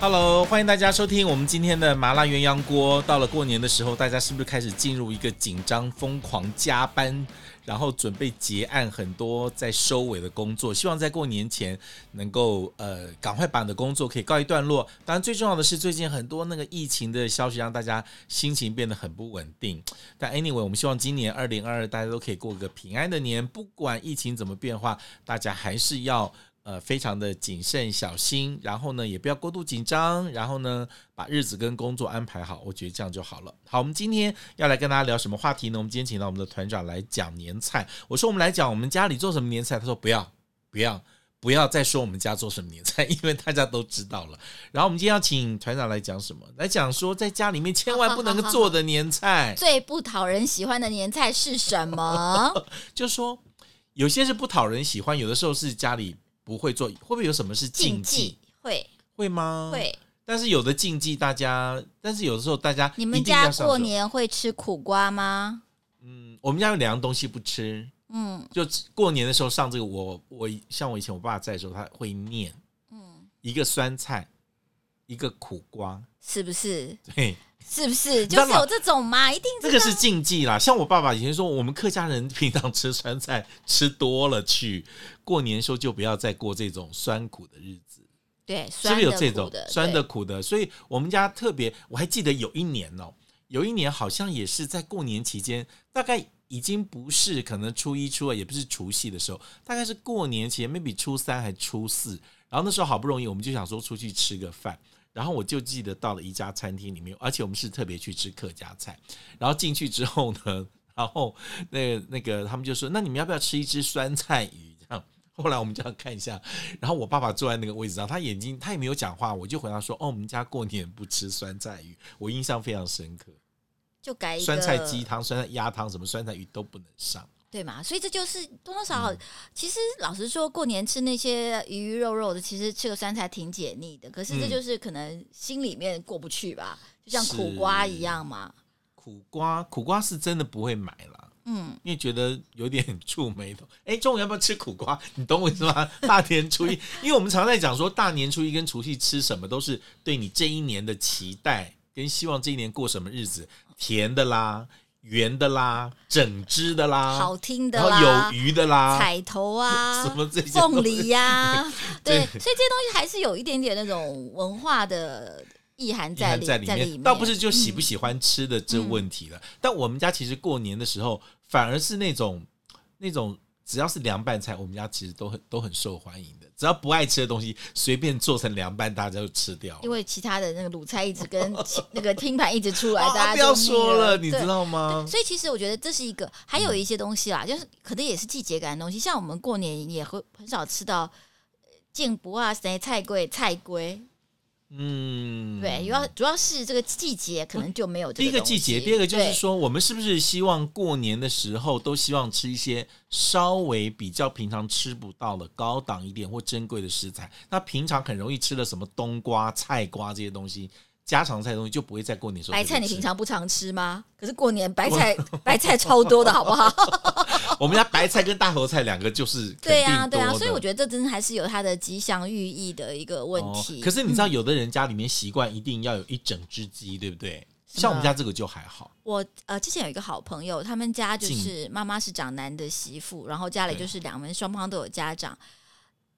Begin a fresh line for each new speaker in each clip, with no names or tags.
Hello，欢迎大家收听我们今天的麻辣鸳鸯锅。到了过年的时候，大家是不是开始进入一个紧张、疯狂加班，然后准备结案很多在收尾的工作？希望在过年前能够呃赶快把你的工作可以告一段落。当然，最重要的是最近很多那个疫情的消息，让大家心情变得很不稳定。但 anyway，我们希望今年二零二二大家都可以过个平安的年，不管疫情怎么变化，大家还是要。呃，非常的谨慎小心，然后呢，也不要过度紧张，然后呢，把日子跟工作安排好，我觉得这样就好了。好，我们今天要来跟大家聊什么话题呢？我们今天请到我们的团长来讲年菜。我说我们来讲我们家里做什么年菜，他说不要，不要，不要再说我们家做什么年菜，因为大家都知道了。然后我们今天要请团长来讲什么？来讲说在家里面千万不能做的年菜，
最不讨人喜欢的年菜是什么？
就说有些是不讨人喜欢，有的时候是家里不会做，会不会有什么是 禁
禁
忌嗯
忌？会
会吗？。
会，
但是有的禁忌，大家，但是有的时候大家
你
一
们
定要
家
上
过
手，
年会吃苦瓜吗？
嗯，我们家有两样东西不吃，
嗯
就过年的时候上这个我，我像我以前我爸在的时候，他会念
嗯，
一个酸菜，一个苦 瓜，
是不是？
对，
是不 是？
知道
就是
吗
有这种嘛，一定
这
知
个
道
是禁忌啦。像我爸爸以前说，我们客家人平常吃酸菜吃多了去，过年的时候就不要再过这种酸苦的日子。
对，
是不
酸
是
的
有这
苦
种
的
酸的
对
苦的？所以我们家特别，我还记得有一年哦，有一年好像也是在过年期间，大概已经不是可能初一、初二，也不是除夕的时候，大概是过年前，maybe 初三还初四。然后那时候好不容易，我们就想说出去吃个饭。然后我就记得到了一家餐厅里面，而且我们是特别去吃客家菜。然后进去之后呢，然后那个那个他们就说：“那你们要不要吃一只酸菜鱼？”这样，后来我们就要看一下。然后我爸爸坐在那个位置上，他眼睛他也没有讲话，我就回答说：“哦，我们家过年不吃酸菜鱼。” 我印象非常深刻，
就改一个
酸菜鸡汤、酸菜鸭汤、什么酸菜鱼都不能上。
对嘛？所以这就是多多
嗯
少少，其实老实说，过年吃那些鱼鱼肉肉的，其实吃个酸菜挺解腻的。可是这
嗯
就是可能心里面过不去吧，就像
是
苦瓜一样嘛。
苦瓜，苦瓜是真的不会买啦。
嗯，
因为觉得有点触眉头。 哎，中午要不要吃苦瓜？你懂我意思吗？ 大年初一，因为我们常在讲说，大年初一跟除夕吃什么，都是对你这一年的期待跟希望，这一年过什么日子，甜的啦，圆的啦，整只的啦，
好听的
啊然后
啦
有，鱼的啦，
彩头 啊，
什么这些
凤梨呀、对，
对
所以这些东西还是有一点点那种文化的意涵
在
在里嗯
在里面，倒不是就喜不喜欢吃的这问题了。但我们家其实过年的时候，反而是那种那种只要是凉拌菜，我们家其实都很都很受欢迎的。只要不爱吃的东西，随便做成凉拌，大家就吃掉了
因。为其他的那个卤菜一直跟 其那个拼盘一 直出来，
啊
大家
不要
就腻
说
了，
你
对
知道吗？
所以其实我觉得这是一个，还有一些东西啦，就是可能也是季节感的东西，像我们过年也会很少吃到呃建博啊、谁菜龟、菜龟，
嗯，
对，主要主要是这个季节可能就没有这
第一个
东西
季节，第二个就是
对
说，我们是不是希望过年的时候都希望吃一些稍微比较平常吃不到的高档一点或珍贵的食材？那平常很容易吃的什么冬瓜、菜瓜这些东西，家常菜的东西就不会在过年的时候
白
特别吃。
菜你平常不常吃吗？可是过年白菜 白菜超多的好 不好？
我们家白菜跟大头菜两个就是
对啊，对啊，所以我
得。
觉得这真的还是有它的吉祥寓意的一个问
哦
题。
可是你知道，有的人家里面习惯一定要有一整只鸡，对不对？像我们家这个就还好。
我呃之前有一个好朋友，他们家就
近
是妈妈是长男的媳妇，然后家里
对
就是两门双方都有家长。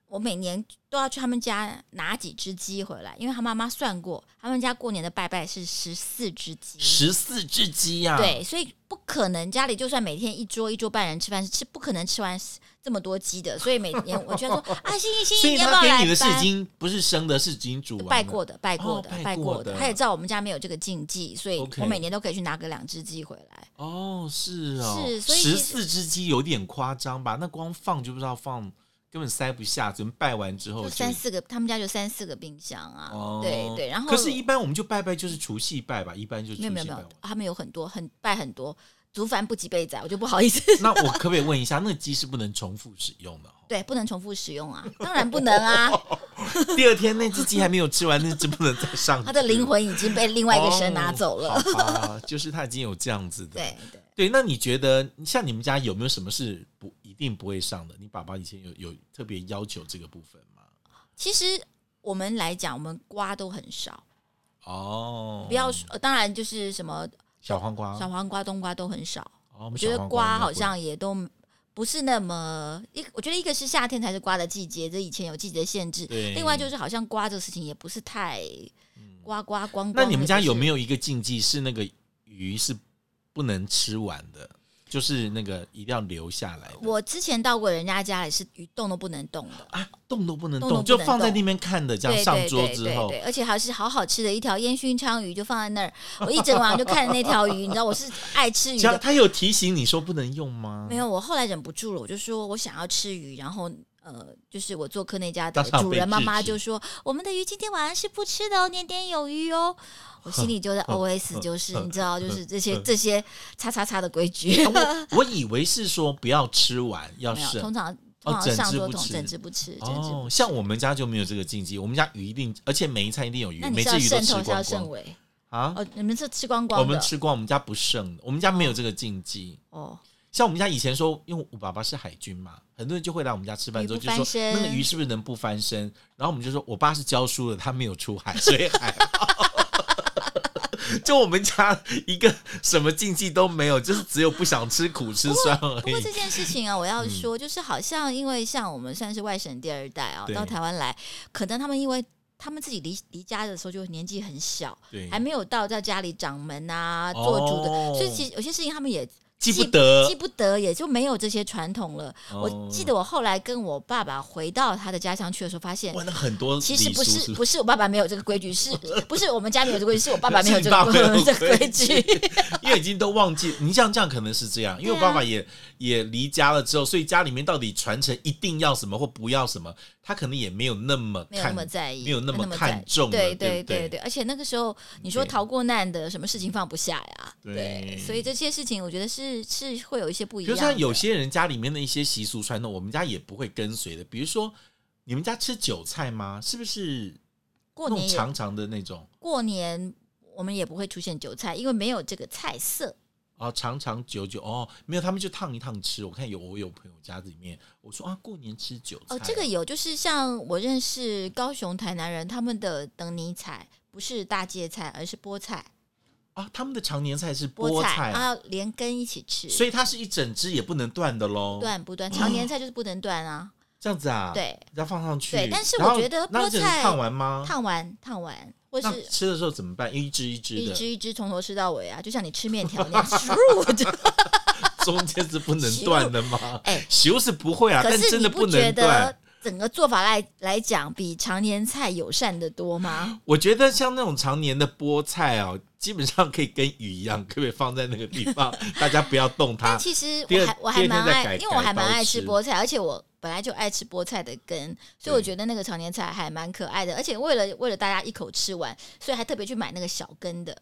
我每年都要去他们家拿几只鸡回来，因为他妈妈算过，他们家过年的拜拜是十四只鸡。
十四只鸡呀、啊，
对，所以不可能家里就算每天一桌一桌半人吃饭，是不可能吃完这么多鸡的。所以每年我就 说啊，欣怡欣
所
怡，
以
你要不要
他给
来
你的是
拜
已经不是生的，是已经煮完
拜
了
过的，拜过
哦
的，
拜
拜
过
过的。
的
他也知道我们家没有这个禁忌，所以
OK
我每年都可以去拿个两只鸡回来。
哦，是哦，
是所以
十
其
四
实
只鸡有点夸张吧？那光放就不知道放，根本塞不下，怎么拜完之后
就
哦就
三四个，他们家就三四个冰箱啊，
哦，
对对，然后
可是，一般我们就拜拜就是除夕拜吧，一般就是除
没
夕拜
有没有
完。
没有，他们有很多很拜很多，竹凡不及被宰，我就不好 意思，
那我可不可以问一下，那个鸡是不能重复使用的哦？哦
对，不能重复使用啊，当然不能啊，
第二天那只鸡还没有吃完，那只不能再上 去。
他的灵魂已经被另外一个神拿走了。
哦好吧，就是他已经有这样子的。
对对，
对，那你觉得像你们家有没有什么是不一定不会上的？你爸爸以前有有特别要求这个部分吗？
其实我们来讲，我们瓜都很少，
哦，
不要说，呃当然就是什么
小黄瓜，
小黄瓜、冬瓜都很少。
哦
我觉
小
得
黄
瓜
应该
好
啊不
像也都不是那么一，我觉得一个是夏天才是瓜的季节，这以前有季节限制；
对。
另外就是好像瓜这个事情也不是太瓜瓜光光。
嗯那你们家有没
有？
有一个禁忌是那个鱼是不能吃完的，就是那个一定要留下来的，
我之前到过人家家里是一动都不能动的，
啊动都不能
动
动，
都不
就
能
放在
动
那边看的，这样
对
上
对
桌
对
之
对
后
对，而且还是好好吃的一条烟熏鲳鱼就放在那儿，我一整晚就看着那条鱼，你知道我是爱吃鱼
这样
的。
他有提醒你说不能用吗？
没有，我后来忍不住了，我就说我想要吃鱼，然后呃，就是我做客那家的
当场
主
被
人妈
制
妈
止
就说，我们的鱼今天晚上是不吃的哦，年年有余哦。我心里就在 OS，就是你知道，就是这些这些叉叉叉的规矩，
啊我我以为是说不要吃完，要
没有，
剩
通常
哦
通常
整
上
只
桌
不
通
吃
整只不吃，整只
哦，像我们家就没有这个禁忌，我们家鱼一定，而且每一餐一定有鱼
那，你
每只
是要
鱼都
剩
吃
头是要
光
剩
光
尾
啊。
哦，你们是吃光
我
光
们
的
吃光，我们家不剩的，我们家没有这个禁忌。
哦，
像我们家以前说，因为我爸爸是海军嘛，很多人就会来我们家吃饭之后
鱼不
就说
翻身
那个鱼是不是能不翻身？然后我们就说我爸是教书的，他没有出海，所以还好。 就我们家一个什么禁忌都没有，就是只有不想吃苦吃酸而
不过
已
这。件 事情啊，我要说，就是好像因为像我们算是外省第二代啊，
嗯对
到台湾来，可能他们因为他们自己离离家的时候就年纪很小，
对，
还没有到在家里掌门啊、做主的，
哦呃
所以其实有些事情他们也
记不得
记不得，也就没有这些传统了。
哦
我记得我后来跟我爸爸回到他的家乡去的时候，发现。
玩了很多
其
礼
实
俗，
不是，
不
不是我爸爸没有这个规矩，是不是我们家里有这个规矩？是我爸爸没有
是你
这
爸
个
没 有
这个
规
规矩。
因为已经都忘记。你像这样可能是这样，因为我
对啊
爸爸也、也离家了之后，所以家里面到底传承一定要什么或不要什么，他可能也没有那么
没有那
看
么在意，
没有那么
在
看重了对
对
不
对
对
对，而且那个时候你说
对
逃过难的，什么事情放不下呀？
对
所以这些事情我觉得是是会有一些不一
比如
样的。
像有些人家里面的一些习俗传统，我们家也不会跟随的。比如说，你们家吃韭菜吗？是不是
过
那
年
种
也
长长的那种
过年我们也不会出现韭菜，因为没有这个菜色。
啊、长长久久哦，没有，他们就烫一烫吃。我看有我有朋友家里面，我说啊，过年吃韭菜
哦，这个有，就是像我认识高雄、台南人，他们的等你采不是大芥菜，而是菠菜，
啊，他们的常年菜是菠
菜啊，连根一起吃，
所以它是一整只也不能断的喽。，
断不断？常年菜就是不能断啊。
这样子啊，，
对，
要放上去。
对但是我
然后
觉得
那
菠
整只
菜
烫完吗？
烫完烫完，或
啊那
是
吃的时候怎么办？一只一只
一只
的，
一只从头吃到尾啊，就像你吃面条那样， 咻 就
中间是不能断的吗？
哎
咻是不会啊，
可
但
是
真
你
的
不觉
能断
得。整个做法来来讲，比常年菜友善的多吗？
我觉得像那种常年的菠菜哦，基本上可以跟鱼一样，可不可以放在那个地方？大家不要动它
但。其实
啊第二
我还
第
我还
二天
蛮
再
爱，
改
因为我还蛮爱
改
吃
刀
菠菜，而且我本来就爱吃菠菜的根，所以我觉得那个常年菜还蛮可爱的。而且为了为了大家一口吃完，所以还特别去买那个小根的，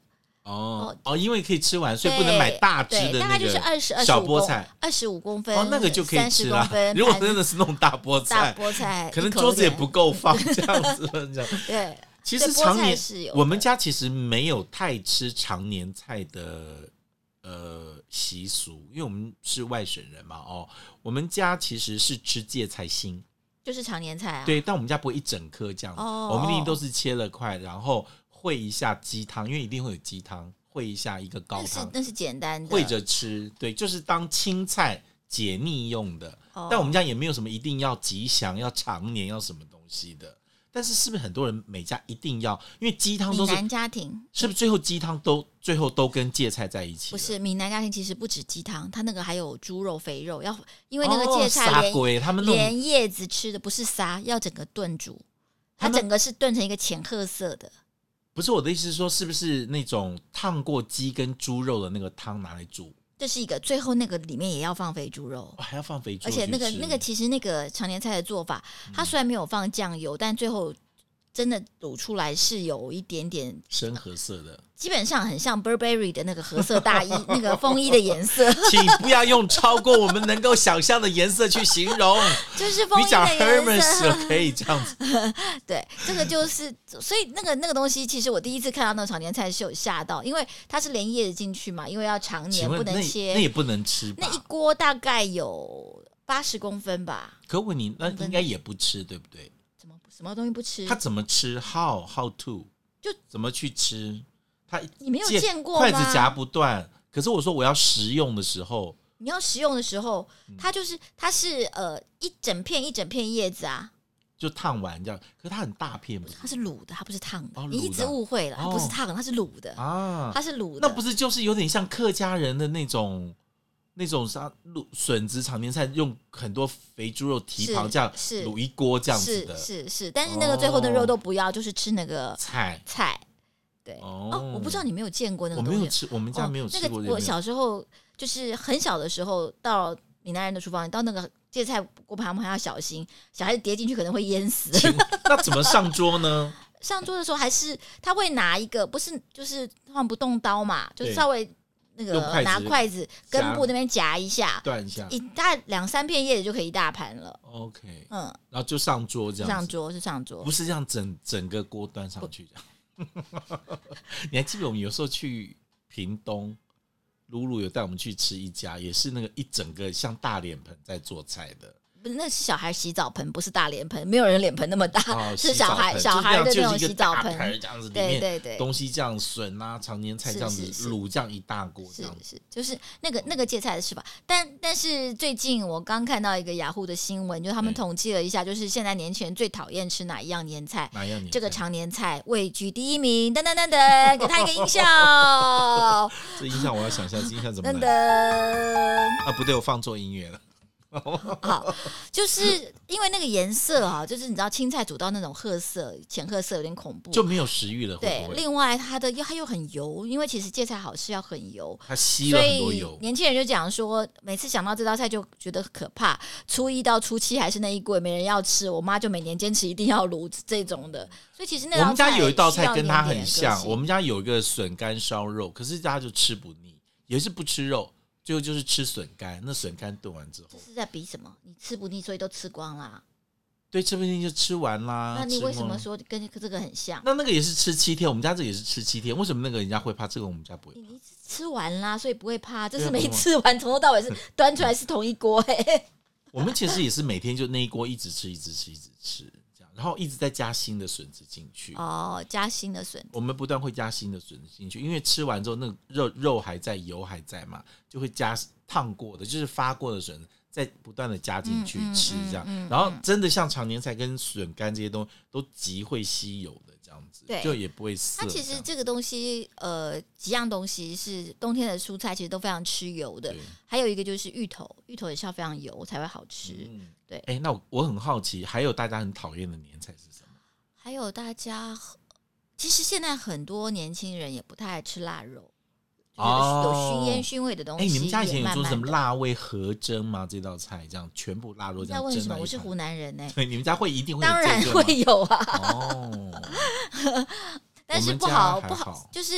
哦哦，因为可以吃完，所以不能买大只
对，
的
大
那
概就是
个
二十二十
小
五
菠
公
菜。
二十五公分
哦，那个就可以
30
吃
公
啦
分。
如果
盘
真的是那种大菠
大
菜，
菠菜，
可能
一口
桌子也
有点
不够放这样子。这样
对。
其
对
实
菠
常
菜
年
是有
我们
的
家其实没有太吃常年菜的呃习俗，因为我们是外省人嘛，哦，我们家其实是吃芥菜心，
就是常年菜啊，
对，但我们家不会一整颗这样子，
哦
我们一定都是切了块，然后烩一下鸡汤，因为一定会有鸡汤，烩一下一个高
那是
汤，
那是简单的，
烩着吃，对，就是当青菜解腻用的。
哦
但我们家也没有什么一定要吉祥、要常年、要什么东西的。但是是不是很多人每家一定要？因为鸡汤
闽
都是
南家庭
是不是最后鸡汤都最后都跟芥菜在一起？
不，是闽南家庭，其实不止鸡汤，它那个还有猪肉、肥肉，要因为那
哦
个芥菜
撒
连、
鬼他们那种
连叶子吃的不是撒，要整个炖煮，它
他们
整个是炖成一个浅褐色的。
不是我的意思是说，是不是那种烫过鸡跟猪肉的那个汤拿来煮，
这是一个，最后那个里面也要放肥猪肉，
哦还要放肥猪
而
去吃？嗯
且那个那个其实那个常年菜的做法，它虽然没有放酱油，但最后真的卤出来是有一点点，
深褐色的，
基本上很像 Burberry 的那个褐色大 衣那个风衣的颜色，
请不要用超过我们能够想象的颜色去形 容。
就是风
你
衣
讲
的颜
Hermes
色。
了可以这样子，
对，这个就是，所以那个那个东西，其实我第一次看到那个常年菜是有吓到，因为它是连叶子进去嘛，因为要常年
请
不
问那
能
那
切，
也不能吃吧
那？一锅大概有八十公分吧？
可问你，那
真的
应该也不吃，对不对？
怎么什么东西不吃
他？怎么吃？How how to？
就
怎么去吃？他
你没有
戒
见过
筷子
吗
夹不断。可是我说我要食用的时候，
你要食用的时候，
嗯
它就是它是呃一整片一整片叶子啊，
就烫完这样。可是它很大片，不是
它是卤的，它不是烫的。
哦
你一
卤
直
的
误会了，它不是
哦
烫的，它是卤的，
啊？
它是卤的。
那不是就是有点像客家人的那种那种啥卤笋子常年菜，用很多肥猪肉蹄膀
是
这样
是
卤一锅这样子
是
的哦
是是，但是那个最后的肉都不要，就是吃那个
菜。
菜。对
哦
哦，我不知道你没有见过那
我
个
没
东
有
西。
吃，我们家没有
哦
吃过
那
这
个。
个
我。小时候就是很小的时候，到闽南人的厨房，到那个芥菜锅旁边还要小心，小孩子跌进去可能会淹死。
请那怎么上桌呢？
上桌的时候还是他会拿一个，不是就是换不动刀嘛，就
对
稍微那个
用筷子
拿筷子
夹啊
根部那边夹一下，
断一下
一大概两三片叶子就可以一大盘了。
，OK，
嗯，
然后就上桌这样子。
上桌是上桌
不，是这样整整个锅端上去这样。 你还记得我们有时候去屏东，露露有带我们去吃一家，也是那个一整个像大脸盆在做菜的，
不是那是小孩洗澡盆，不是大脸盆，没有人脸盆那么大，
哦，
啊是
洗澡
小孩
盆
小孩的
就这
那
样就
种
是一
洗
个
澡
大
盆。
盆这样子，里
对
面
对对，
东西这样笋啊、常年菜这样子
是是是
卤这样一大锅这
是
样子。
是，就是那个那个芥菜的吃法。但但是最近我刚看到一个雅虎的新闻，就是他们
对
统计了一下，就是现在年轻人最讨厌吃哪一样年菜，
哪样年菜？
这个常年菜位居第一名，噔噔噔噔，给他一个 音效，噔
这音效我要想一下，这音效怎么来
噔。
啊？不对，我放错音乐了。
好，就是因为那个颜色啊，就是你知道青菜煮到那种褐色、浅褐色有点恐怖。
就没有食欲了，会
对
不，会？
另外它的又它又很油，因为其实芥菜好吃要很油，
它吸了
所
很多
以
油，
年轻人就讲说，每次想到这道菜就觉得可怕。初一到初七还是那一锅，没人要吃。我妈就每年坚持一定要卤这种的，所以其实那
我们家
菜
有一道
需要
菜跟
一
它
点
很
点个
像，
性
我们家有一个笋干烧肉，可是大家就吃不腻，也是不吃肉，最后就是吃笋干。那笋干炖完之
这
后，
是在比什么？你吃不腻，所以都吃光啦。
对，吃不腻就吃完啦。
那你
啊吃
为什
光
么
了？
说跟这个很像？
那那个也是吃七天，我们家这个也是吃七天。为什么那个人家会怕这个，我们家不会
你？你吃完啦，所以不会怕。这
对
是
啊
没
不会
吃完，从头到尾是端出来是同一锅、嘿，
我们其实也是每天就那一锅一直吃，一直吃，一直吃这样，然后一直在加新的笋子进去。
哦，加新的笋，
我们不断会加新的笋子进去，因为吃完之后那个肉肉还在，油还在嘛，就会加烫过的，就是发过的笋子，再不断的加进去
嗯嗯
吃
嗯
这样。
嗯
然后真的像常年菜跟笋干这些东西都极会吸油的这样子，
对
就也不会涩
它
这样。
其实这个东西，呃，几样东西是冬天的蔬菜，其实都非常吃油的
对。，
还有一个就是芋头，芋头也是要非常油才会好吃。
嗯，
对
哎、那我我很好奇，还有大家很讨厌的年菜是什么？
还有大家喝，其实现在很多年轻人也不太爱吃腊肉，就是
哦
有熏烟熏味的东
哎、
西。
你们家以前有做什么
辣？
辣味合蒸吗？这道菜这样全部腊肉
你
这
在
样
问
蒸
什么？
到一
我是
盘
湖南人呢、
对，你们家会一定会有
当然
这个吗
会有啊，
哦。
但是
我们
不
家
好
还
不
好
就是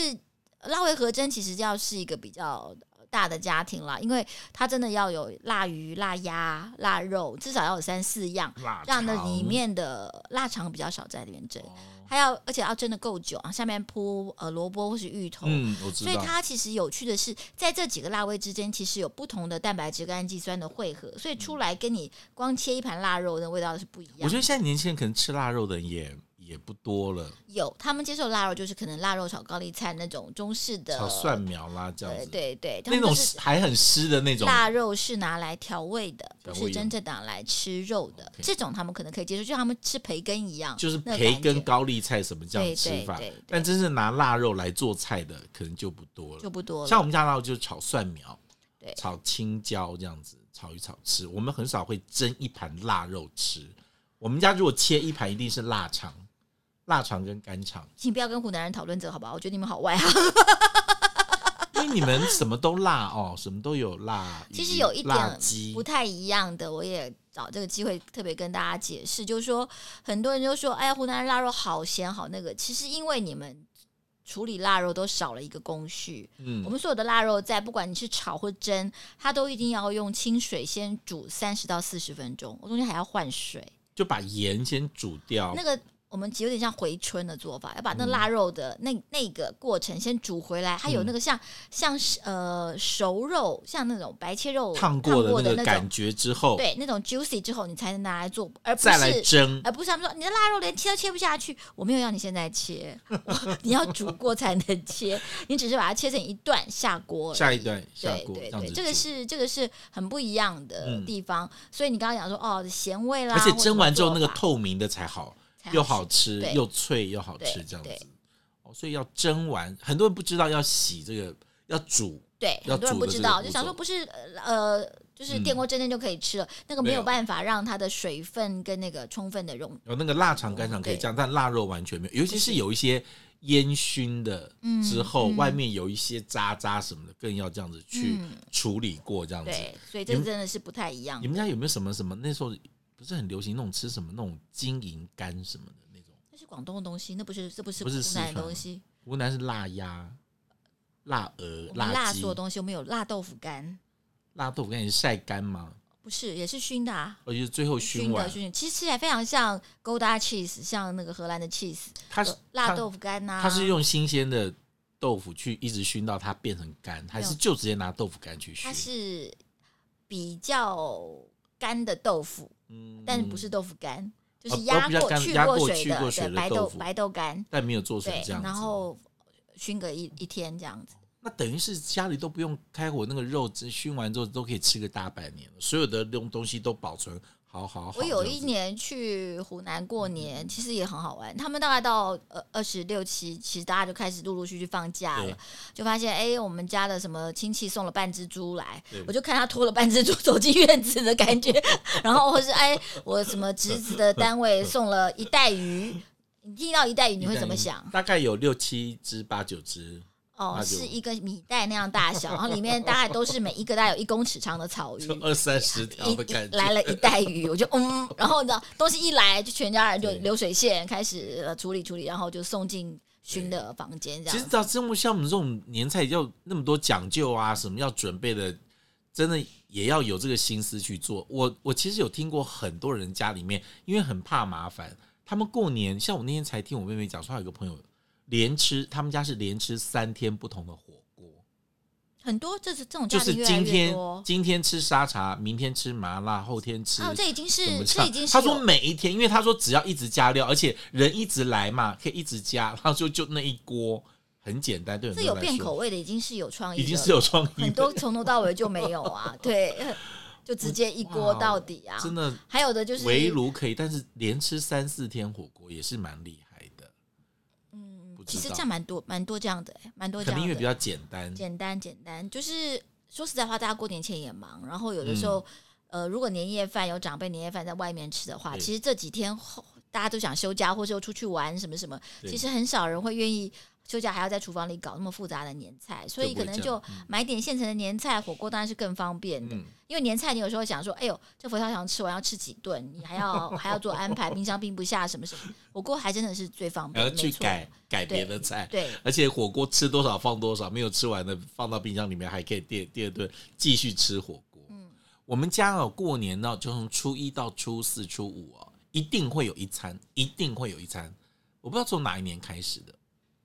辣味和蒸其实要是一个比较大的家庭啦，因为它真的要有腊鱼、腊鸭、腊肉，至少要有三四样，
腊
让那
肠
里面的腊肠比较少在里面蒸，
哦
还要而且要蒸的够久啊，下面铺呃萝卜或是芋头，
嗯，我知
所
道。
以它其实有趣的是，在这几个辣味之间，其实有不同的蛋白质跟氨基酸的汇合，所以出来跟你光切一盘腊肉的味道是不一
嗯我
样
觉。得现在年轻人可能吃腊肉的人也也不多了，
有他们接受腊肉，就是可能腊肉炒高丽菜那种中式的
炒蒜，苗啦这样
对
子，
对对，他
那
们
种
都是
还很湿的那种。
腊肉是拿来调味的，
调
不
味
是真
用
正拿来吃肉的
OK。
这种他们可能可以接受，就像他们吃培根一样，
就是
那个
培
感
根、
觉
高丽菜什么这样
对
吃
对
法
对对，
但真正拿腊肉来做菜的可能就不多
就
了。
不多
像
了。
我们家腊肉就是炒蒜苗
对，
炒青椒这样子炒一炒吃。我们很少会蒸一盘腊肉吃。我们家如果切一盘，一定是腊肠、腊肠跟干肠。
啊请不要跟湖南人讨论这个，好不好？我觉得你们好外行。
所以你们什么都辣哦，什么都有辣。
其实有一
辣
点
鸡
不太一样的，我也找这个机会特别跟大家解释，就是说很多人就说，哎呀，湖南人腊肉好咸好那个，其实因为你们处理腊肉都少了一个工序。我
嗯
们所有的腊肉在，不管你是炒或蒸，它都一定要用清水先煮三十到四十分钟，我中间还要换水。
就把盐先煮掉
那。个我们有点像回春的做法，要把那腊肉的
嗯
那那个过程先煮回来，它有那个像像是呃熟肉，像那种白切肉
烫过的
的
那个
种
感，觉之后，
对，那种 juicy 之后，你才能拿来做，而不
再来
是。
蒸。
而不是他们说你的腊肉连切都切不下去，我没有要你现在 切，我你要煮过才能切，你只是把它切成一段下锅而已。
下一段下
呃对
锅
对
样
对，
子
这个
煮
是这个是很不一样的
嗯
地方。所以你刚刚讲说哦咸味啦，
而且
或者
蒸完之后
什
那
么
个
做法
透明的才好，
才
又好吃
对
又脆又好吃
对
这样
对
子。哦，所以要蒸完，很多人不知道要洗这个，要煮。
对，
要
很多人
煮
不
的
知
这个
道，
步
就想说
骤
不是呃，呃就是电
嗯
锅蒸蒸就可以吃了，那个
没
没有
有
办法让它的水分跟那个充分的融，
有那个腊肠、干肠
嗯
可以这样，但腊肉完全没有，尤其是有一些烟熏的
嗯
之后，
嗯
外面有一些渣渣什么的，更要这样子去
嗯
处理过这样子。
对，所以
你
这个
们
真的是不太一样
你。们家有没有什么什么那时候不是很流行那种吃什么那种金银干什么的那种？
那是广东的东西，那不是这不是
不
湖
是四
南的
川
东
吗
西，
湖南是腊鸭、腊鹅、
我们
腊
辣
鸡
所、有东西，我们有辣豆腐干，
腊豆腐干也是晒干吗？
不是也是熏的啊。
而且最后熏
熏的
完，
熏的，其实吃起来非常像 Gouda cheese，像那个荷兰的 cheese，
它是
辣
它
豆腐干啊呐、
它是用新鲜的豆腐去一直熏到它变成干，还是就直接拿豆腐干去
它
熏？
是比较干的豆腐，
嗯
但是不是豆腐干，就
哦
是压
比较
过、
干
去
压过
水
去过水
对
的
白
豆
豆
腐
白豆干，
但没有做成
对，
这样子。
然后熏个一一天这样子。
那等于是家里都不用开火，那个肉只熏完之后都可以吃个大半年了，所有的东东西都保存好好哦好。
我有
这
一
样子嗯
年去湖南过年，其实也很好玩。他们大概到呃二十六七，其实大家就开始陆陆续续放假
对
了，就发现哎，我们家的什么亲戚送了半只猪来
对，
我就看他拖了半只猪 走进院子的感觉，然后或是哎，我什么侄子的单位送了一袋鱼，你听到一袋鱼你会怎么想？
大概有六七只、八九只，
哦，
那就是
一个米袋那样大小，然后里面大概都是每一个大概有一公尺长的 草鱼
就，二三十条
哦一
的感
一
觉。
来了一袋鱼，我就 嗯，然后呢，东西一来，就全家人就
对
流水线开始呃处理处理，然后就送进熏的房间这
其实
样。
到这么像我们这种年菜要那么多讲究啊，什么要准备的，真的也要有这个心思去做。我我其实有听过很多人家里面，因为很怕麻烦，他们过年像我那天才听我妹妹讲说，她有个朋友连吃，他们家是连吃三天不同的火锅，
很多这是这种
就
家
是
庭越来
今
越
天
多。
今天吃沙茶，明天吃麻辣，后天吃。
哦，这已经
怎
是
么
这
唱
已经是
他说
有
每一天，因为他说只要一直加料，而且人一直来嘛，可以一直加，然后就就那一锅很简单，对很
这
多
有
人来
变
说
口味的，已经是有创意的，
已经是有创意
很
的，
多从头到尾就没 有啊，对， 就直接一锅到底啊。
哦真的
还有的就是
围炉可以，但是连吃三四天火锅也是蛮厉害的。嗯，不
其实
知
这
道
样，蛮多蛮多这样的，哎蛮多这
可
样
能
的。
因为比较简单，
简单简单，就是说实在话，大家过年前也忙，然后有的时候，呃，如果年夜饭有长辈年夜饭在外面吃的话，
嗯对
其实这几天后大家都想休假，或是又出去玩什么什么，
对
其实很少人会愿意。休假还要在厨房里搞那么复杂的年菜，所以
就不会
可能
这
就
样
买点现成的年菜，火锅当然是更方便的。
嗯，
因为年菜你有时候想说，哎呦，这佛跳墙吃完要吃几顿，你还要还要做安排，冰箱冰不下什么什么，火锅还真的是最方
然
便，
后
没
去
错
改改别的菜，
对。
而且火锅吃多少放多少，没有吃完的放到冰箱里面，还可以第第二顿继续吃火锅。嗯，我们家哦，过年呢，就从初一到初四、初五哦，一定会有一餐，一定会有一餐。我不知道从哪一年开始的，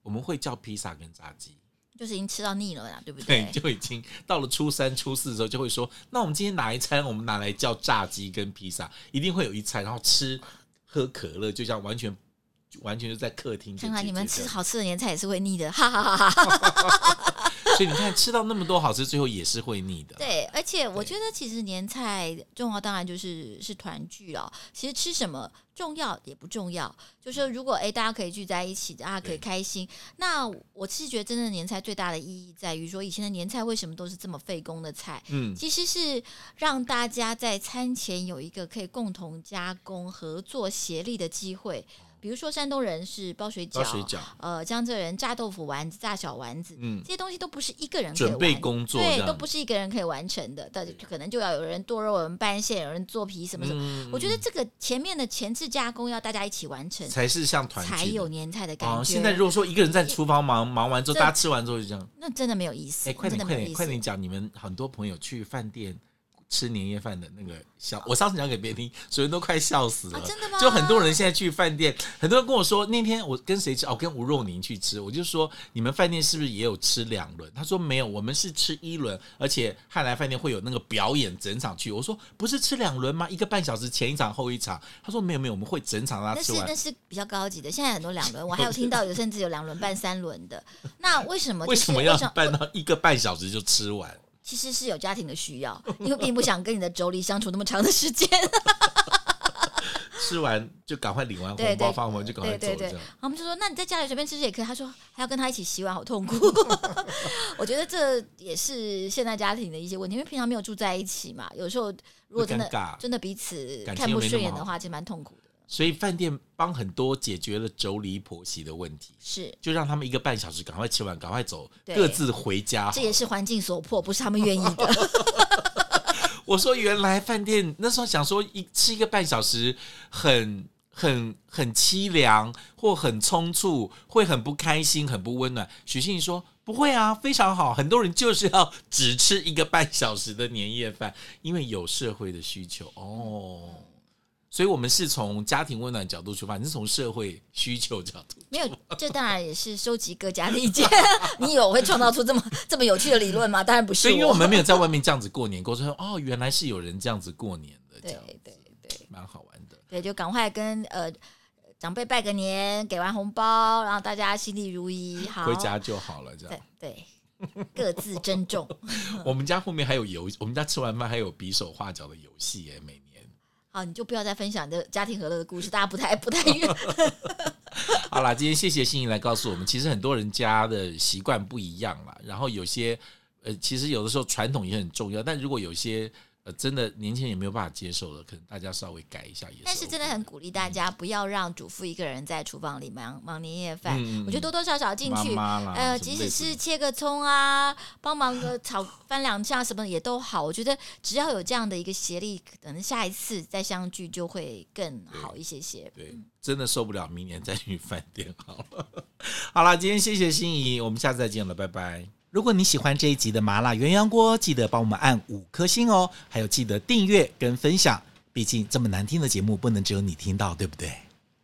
我们会叫披萨跟炸鸡。
就是已经吃到腻了啦，对不
对，就已经到了初三、初四的时候，就会说，那我们今天哪一餐我们拿来叫炸鸡跟披萨，一定会有一餐，然后吃喝可乐，就这样完全完全就在客厅就
看看
解
你们
决
吃
掉
好吃的年菜也是会腻的，哈哈哈哈！
所以你看吃到那么多好吃，最后也是会腻的。
对，而且我觉得其实年菜重要，当然就是是团聚了。其实吃什么重要也不重要，就是说如果诶大家可以聚在一起，大家可
对
以开心。那我是觉得真的年菜最大的意义在于说，以前的年菜为什么都是这么费工的菜？
嗯，
其实是让大家在餐前有一个可以共同加工、合作协力的机会。比如说山东人是哦包水
包
饺，
水饺，
呃，江浙人炸豆腐丸子、炸小丸子，
嗯
这，些东西都不是一个人可以
准备
完
工作这
对，
样
都不是一个人可以完成的，但可能就要有人剁肉、有人拌馅、有人做皮什么什么。
嗯
我觉得这个前面的前置加工要大家一起完成，
才是像团
才
聚的
有年菜的感觉。
哦。现在如果说一个人在厨房忙忙完之后，
这
大家吃完之后就这样，
那真的没有意思，
哎，快
真
点
的
快
没有
点
意
快
思。
点讲你们很多朋友去饭店吃年夜饭的那个笑，我上次讲给别人听，所有人都快笑死了
啊，。真的吗？
就很多人现在去饭店，很多人跟我说，那天我跟谁吃？哦，跟吴若宁去吃。我就说，你们饭店是不是也有吃两轮？他说没有，我们是吃一轮，而且汉来饭店会有那个表演整场去。我说不是吃两轮吗？一个半小时前一场后一场。他说没有没有，我们会整场让他
那
吃
是
完
那。是比较高级的，现在很多两轮，我还有听到有甚至有两轮半三轮的。 那为什么、就是？
为什么要办到一个半小时就吃完？
其实是有家庭的需要，因为并不想跟你的妯娌相处那么长的时间。
吃完就赶快领完
对
红包
对
发完红包就赶快走
对
这
对对
样。
我们就说，那你在家里随便吃也可以。他说还要跟他一起洗碗，好 痛苦。 我觉得这也是现代家庭的一些问题，因为平常没有住在一起嘛，有时候如果真
会尴尬
的真的彼此
感情
看
又
不
没
顺
那么
眼的话，其实蛮痛苦的。
所以饭店帮很多解决了妯娌婆媳的问题，
是，
就让他们一个半小时赶快吃完，赶快走，
对
各自回家好了。
这也是环境所迫，不是他们愿意 的。
我说原来饭店那时候想说一吃一个半小时很。很很凄凉或很匆促，会很不开心，很不温暖。许信说不会啊，非常好。很多人就是要只吃一个半小时的年夜饭，因为有社会的需求哦。所以我们是从家庭温暖角度出发，你是从社会需求角度。
没有，这当然也是收集各家的意见。 你以为我会创造出这么这么有趣的理论吗？当然不是
所以因为我
我。
们没有在外面这样子过年过，所以说哦，原来是有人这样子过年的，这
对
样
对对。
蛮好玩的。
对，就赶快跟呃长辈拜个年，给完红包，然后大家心里如意，好
回家就好了，这样
对。对，各自珍重。
我们家后面还有游，我们家吃完饭还有比手画脚的游戏耶，每年。
好，你就不要再分享你的家庭和乐的故事，大家不太不太愿。
好啦，今天谢谢心怡来告诉我们，其实很多人家的习惯不一样啦，然后有些呃，其实有的时候传统也很重要，但如果有些呃真的年轻人也没有办法接受的，可能大家稍微改一下也是 OK。
但是真的很鼓励大家不要让主妇一个人在厨房里忙忙年夜饭，
嗯嗯嗯
我觉得多多少少进去。
妈妈啦，
呃，
什么
即使
类似
是
的
切个葱啊，帮忙个炒翻两下什么的也都好，我觉得只要有这样的一个协力，可能下一次再相聚就会更好一些些。
对，真的受不了，明年再去饭店好了。好啦，今天谢谢心怡，我们下次再见了，拜拜。如果你喜欢这一集的麻辣鸳鸯锅，记得帮我们按五颗星哦，还有记得订阅跟分享，毕竟这么难听的节目不能只有你听到，对不对？